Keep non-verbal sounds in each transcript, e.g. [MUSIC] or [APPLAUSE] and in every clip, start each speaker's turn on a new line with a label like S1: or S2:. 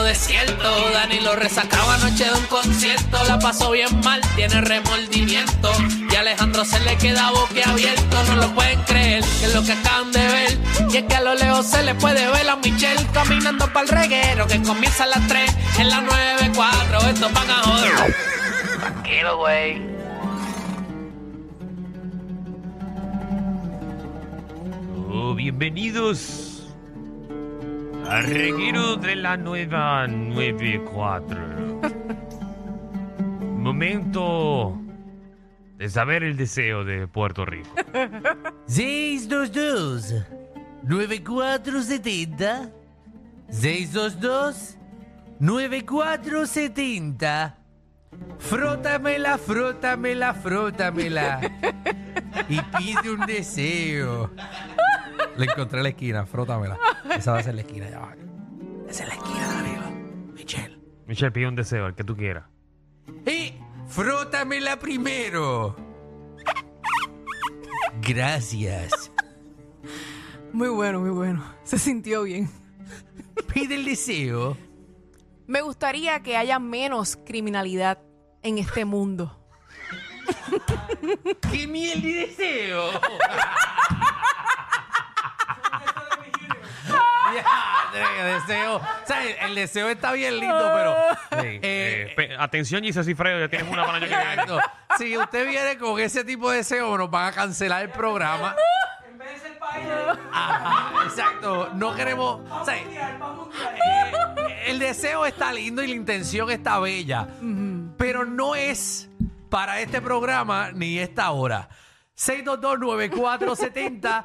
S1: desierto. Dani lo resacaba anoche de un concierto. La pasó bien mal, tiene remordimiento. Y a Alejandro se le queda boquiabierto. No lo pueden creer, que es lo que acaban de ver. Y es que a lo lejos se le puede ver a Michelle caminando para el reguero que comienza a las 3 en las 9.4. Estos van a joder. Tranquilo, güey.
S2: Oh, bienvenidos a Reguero de la Nueva 94. Momento de saber el deseo de Puerto Rico.
S3: 622 9470 622 9470 Frótamela, frótamela, frótamela. y pide un deseo. Le encontré en la esquina, frótamela. Esa va a ser la esquina, ya va. Esa es la esquina de arriba. Michelle.
S2: Michelle, pide un deseo, el que tú quieras.
S3: ¡Y frótamela primero! Gracias.
S4: Muy bueno, muy bueno. [LAUGHS] Se sintió bien.
S3: Pide el deseo.
S4: Me gustaría que haya menos criminalidad en este mundo.
S3: ¡Qué miel y deseo! Ya, deseo. O sea, el- el deseo está bien lindo, pero.
S2: Eh,
S3: eh,
S2: eh, pe- atención, Gisés y Fredo, ya tienes
S3: [LAUGHS]
S2: una para yo que viene.
S3: exacto. Si usted viene con ese tipo de deseo, nos van a cancelar el programa. Ajá, exacto. No queremos. o sea, eh, el deseo está lindo y la intención está bella. Pero no es para este programa ni esta hora. 6229470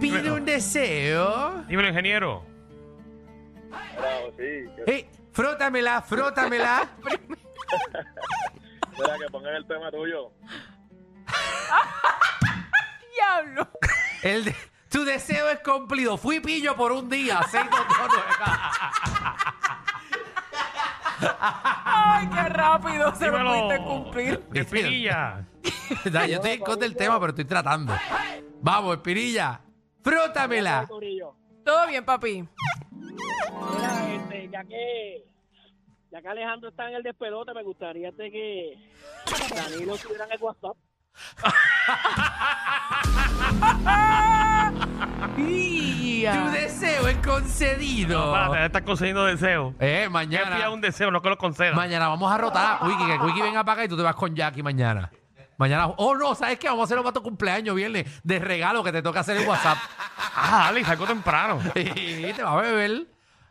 S3: pide un deseo.
S2: Dímelo, ingeniero.
S5: Bravo, sí. Que,
S3: Hey, frótamela, frótamela.
S5: espera, que pongan el tema tuyo.
S4: ¡Diablo!
S3: El de- tu deseo es cumplido. Fui pillo por un día. 6229470.
S4: ¡Ay, qué rápido! Se lo
S2: Dímelo.
S4: pudiste cumplir.
S2: Espinilla.
S3: Da, Yo estoy en contra del tema, pero estoy tratando. Vamos, Espirilla. Frótamela.
S6: Corillo.
S4: Todo bien, papi.
S6: Mira, este, ya que ya que Alejandro está en el despelote, me gustaría este que Danilo subiera en el WhatsApp.
S3: Tu
S4: ¡Ya!
S3: deseo es concedido.
S2: Espérate, ya estás concediendo deseo.
S3: Eh,
S2: Ya pida
S3: mañana.
S2: un deseo, no que lo conceda.
S3: Mañana vamos a rotar a Quickie. Que Quickie venga para acá y tú te vas con Jackie mañana. Mañana. Oh, no, ¿sabes qué? Vamos a hacerlo para tu cumpleaños viernes de regalo que te toca hacer en
S2: [LAUGHS]
S3: WhatsApp.
S2: Ah, dale, salgo temprano.
S3: y te va a beber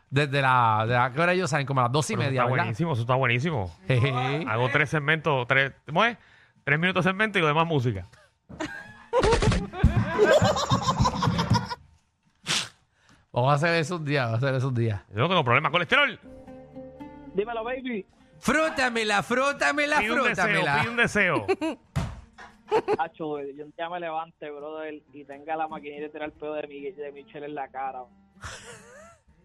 S3: desde la. ¿De la qué hora ellos salen? Como a las dos y
S2: Pero eso
S3: media,
S2: está
S3: ¿verdad?
S2: buenísimo, eso está buenísimo.
S3: Jeje.
S2: Hago tres segmentos, tres, ¿cómo es? Tres minutos de segmento y lo demás música.
S3: [LAUGHS] Vamos a hacer eso un día, vamos a hacer eso un día.
S2: Yo no tengo problema. Colesterol.
S6: Dímelo, baby.
S3: Frótamela, frótamela,
S2: Pide un deseo, pide un deseo.
S4: [LAUGHS]
S6: Acho, yo un día me levante, brother, y tenga la maquinita de tirar el pedo de, Miguel, de Michelle en la cara.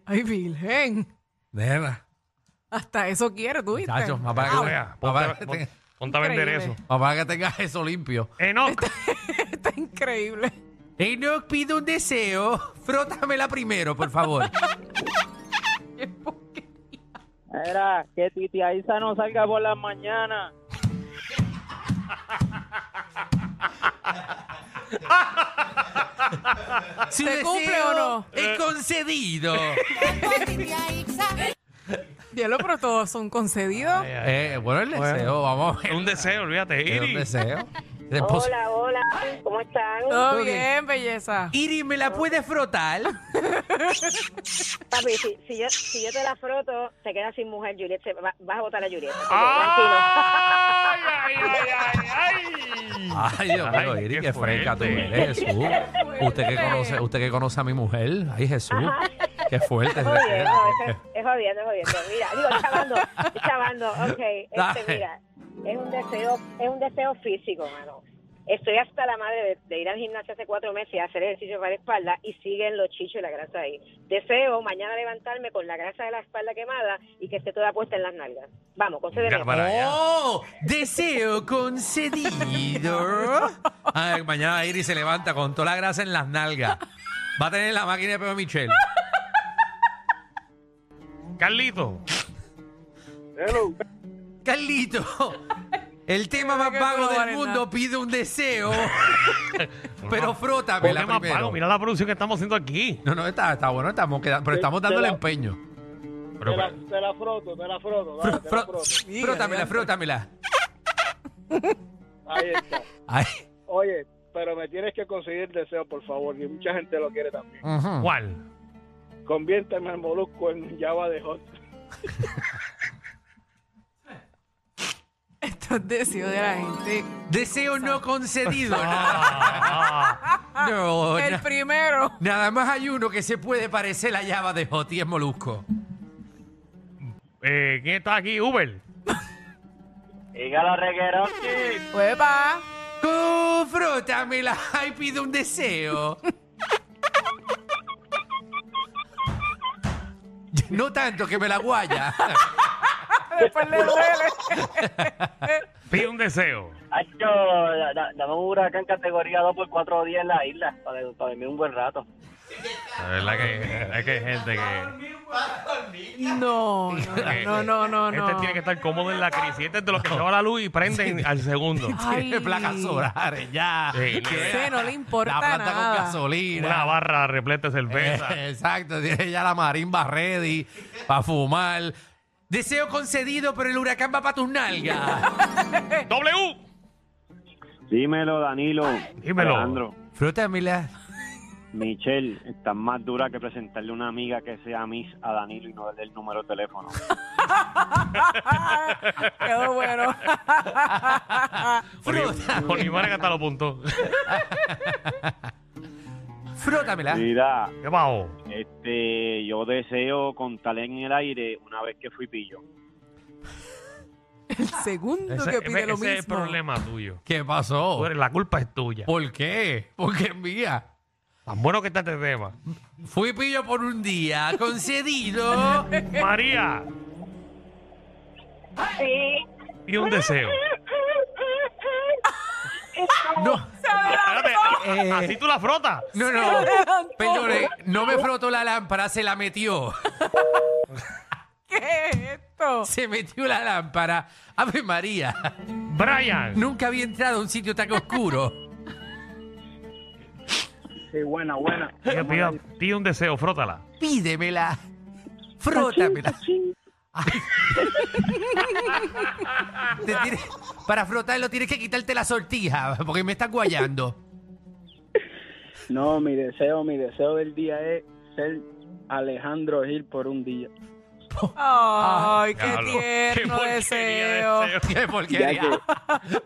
S4: ¡Ay, virgen!
S3: Nena.
S4: Hasta eso quiere, tú viste. Ah,
S3: Muchachos, más para
S2: Tú
S3: que,
S2: veas,
S3: más para
S2: Ponte
S3: que tenga-
S2: pon- ponte a vender
S4: Increíble.
S2: eso.
S3: más para que tengas eso limpio.
S4: [LAUGHS]
S2: Enoch,
S4: Está increíble.
S3: Enoch pide un deseo. Frótamela primero, por
S2: [LAUGHS]
S3: favor.
S6: Mira, que Titi Aiza no salga por las mañanas.
S3: ¿Se
S4: ¿Se cumple o no?
S2: Eh.
S3: Es
S2: [LAUGHS]
S3: concedido.
S4: Diablo, pero todos son concedidos.
S3: Eh, bueno, el deseo, vamos a ver.
S2: un deseo, olvídate.
S3: Es un
S2: Iri. [LAUGHS]
S3: deseo. El esposo-
S6: hola, ¿cómo están?
S2: Oh.
S4: Todo
S3: Todo bien.
S4: bien, belleza.
S3: Iri, ¿me la puedes frotar?
S7: Papi, si, si, yo, si yo te la froto, te quedas sin mujer, Juliet. se- va- vas a votar a Juliet. Así
S2: ¡Ay,
S7: que
S2: ay, ay, ay, ay!
S3: Ay, Dios mío,
S2: Ay,
S3: Iri,
S2: qué
S3: qué fresca tú
S2: fuerte.
S3: eres, Jesús. Usted que conoce, usted que conoce a mi mujer. Ay, Jesús. Qué fuerte.
S7: tranquilo. Muy bien, no, eso [LAUGHS] es, es jodiendo, es jodiendo. Mira, digo, chavando, chavando. Ok,
S3: Dale.
S7: este, mira, es un deseo, es un deseo físico, mano. Estoy hasta la madre de, de ir al gimnasio hace cuatro meses y hacer ejercicio para la espalda y siguen los chichos y la grasa ahí. Deseo mañana levantarme con la grasa de la espalda quemada y que esté toda puesta en las nalgas. Vamos, concédeme.
S2: Mira, para allá.
S3: ¡Oh! ¡Deseo concedido! Ay, mañana Iris se levanta con toda la grasa en las nalgas. Va a tener la máquina de Pepe Michelle.
S2: Carlito.
S5: Hello.
S3: Carlito, el tema más
S4: que
S3: vago
S4: no
S3: del
S4: vale
S3: mundo
S4: nada.
S3: pide un [LAUGHS] deseo, pero
S2: ¿Por qué
S3: frótamela
S2: más pago?
S3: primero.
S2: Mira la producción que estamos haciendo aquí.
S3: No, no, está, está bueno, estamos quedando, pero estamos
S6: Te- te
S3: dándole
S6: la-
S3: empeño.
S2: Pero,
S6: te, la, te la froto, te la froto. dale,
S3: Fró-
S6: te la
S3: fró-
S6: froto.
S3: Frótamela, frótamela.
S5: Ahí está.
S3: Ay,
S5: Oye, pero me tienes que conseguir deseo, por favor. Y mucha gente lo quiere también.
S3: ujú.
S2: ¿Cuál?
S5: Conviérteme al molusco en un Java de Hot.
S4: Estos deseos de la gente.
S3: Deseo no [LAUGHS] concedido.
S2: Ah,
S3: No,
S4: El
S3: na-
S4: primero.
S3: nada más hay uno que se puede parecer a la llave de Joti en Molusco.
S2: eh, ¿Quién está aquí? Uber.
S5: Dígalo, reguero.
S4: Huepa.
S3: Tú, frótamela y pide un deseo. [LAUGHS] No tanto que me la
S4: [LAUGHS]
S3: guaya.
S4: Después
S2: [LAUGHS]
S4: le duele.
S2: Pide un deseo.
S6: dame un huracán categoría 2x4 días en la isla para, para dormir un buen rato.
S2: La verdad que, es que hay gente que.
S4: No, no, no, no, no. no.
S2: Este tiene que estar cómodo en la crisis. Este es de los que se va la luz y prenden al segundo.
S3: Tiene
S4: Ay.
S3: placas solares ya.
S2: Sí,
S3: Que
S4: Sí, no le importa
S3: La planta
S4: nada.
S3: con
S4: [LAUGHS]
S3: gasolina.
S2: Una barra repleta de cerveza.
S3: Eh, [LAUGHS] Exacto, tiene ya la marimba ready para fumar. Deseo concedido, pero el huracán va para tus
S2: [LAUGHS]
S3: nalgas.
S4: Eh.
S2: ¡W!
S8: Dímelo, Danilo.
S2: Dímelo.
S8: Alejandro.
S3: Frótamela.
S8: Michelle, estás más dura que presentarle una amiga que sea Miss a Danilo y no darle el número
S3: [LAUGHS]
S8: de teléfono.
S2: [LAUGHS]
S4: Quedó bueno.
S3: Frótamela.
S2: Olimar hasta los puntos.
S3: Frótamela.
S8: Mira,
S2: ¿Qué bajo?
S8: este, yo deseo contar en el aire una vez que fui pillo.
S4: El segundo
S2: Ese,
S4: que pide
S2: ese
S4: lo mismo.
S2: es el
S4: [LAUGHS]
S2: problema tuyo.
S3: ¿Qué
S2: Tú
S3: pasó?
S2: eres- la culpa es tuya.
S3: ¿Por qué? Porque es mía.
S2: Tan bueno que está este tema.
S3: Fui pillo por un día, concedido.
S2: María,
S7: Sí.
S2: pide un deseo.
S3: No,
S2: Espérate, así tú la frotas.
S3: no, no. Perdone, no me frotó la lámpara, se la metió. [LAUGHS]
S4: ¿Qué es esto?
S3: Se metió la lámpara. Ave María,
S2: Brian,
S3: nunca había entrado a un sitio tan oscuro.
S5: Sí, buena, buena.
S2: pide, pide- pide un deseo, frótala.
S3: Pídemela. Frótamela. Ay. Te tienes- para frotarlo tienes que quitarte la sortija, porque me estás guayando.
S5: [LAUGHS] No, mi deseo, mi deseo del día es ser Alejandro Gil por un día.
S4: Ay, qué
S2: Diablo,
S4: tierno
S2: porquería de
S4: deseo.
S3: ¿Qué porquería?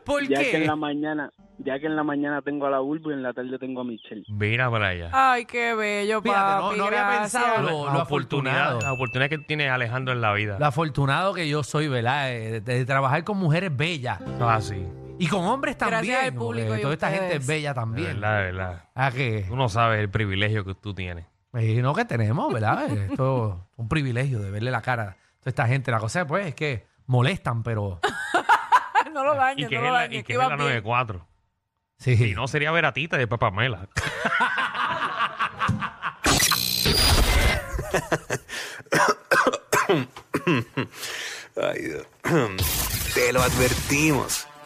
S3: ¿Por
S5: Ya que en la
S3: qué?
S5: mañana, ya que en la mañana tengo a la Bulbo y en la tarde tengo a Michelle.
S2: Mira, Brian.
S4: Ay, qué bello, papi.
S3: Fíjate, no, no había
S4: gracias. [LAUGHS]
S3: pensado lo, lo
S2: Ah, La oportunidad,
S3: afortunado.
S2: la oportunidad que tiene Alejandro en la vida.
S3: Lo afortunado que yo soy, ¿verdad? Eh, De, de trabajar con mujeres bellas.
S2: No es así.
S3: Y con hombres
S4: Gracias
S3: también.
S4: al público
S3: porque
S4: y
S3: toda esta
S4: ustedes.
S3: gente es bella
S2: De
S3: también.
S2: verdad, de verdad.
S3: ¿A qué?
S2: Tú no sabes el privilegio que tú tienes.
S3: Eh, no, que tenemos, ¿verdad? Eh, Esto es un privilegio de verle la cara a toda esta gente. La cosa, pues, es que molestan, pero...
S4: No lo
S2: Y
S4: dañes,
S2: que
S4: no
S2: es
S4: lo
S2: la, y
S4: dañes.
S2: que
S4: Que
S2: es la
S4: ibas bien.
S2: 94.
S3: Sí.
S2: Y no sería Veratita y después Pamela.
S9: Ay, Dios. [CLEARS THROAT] Te lo advertimos.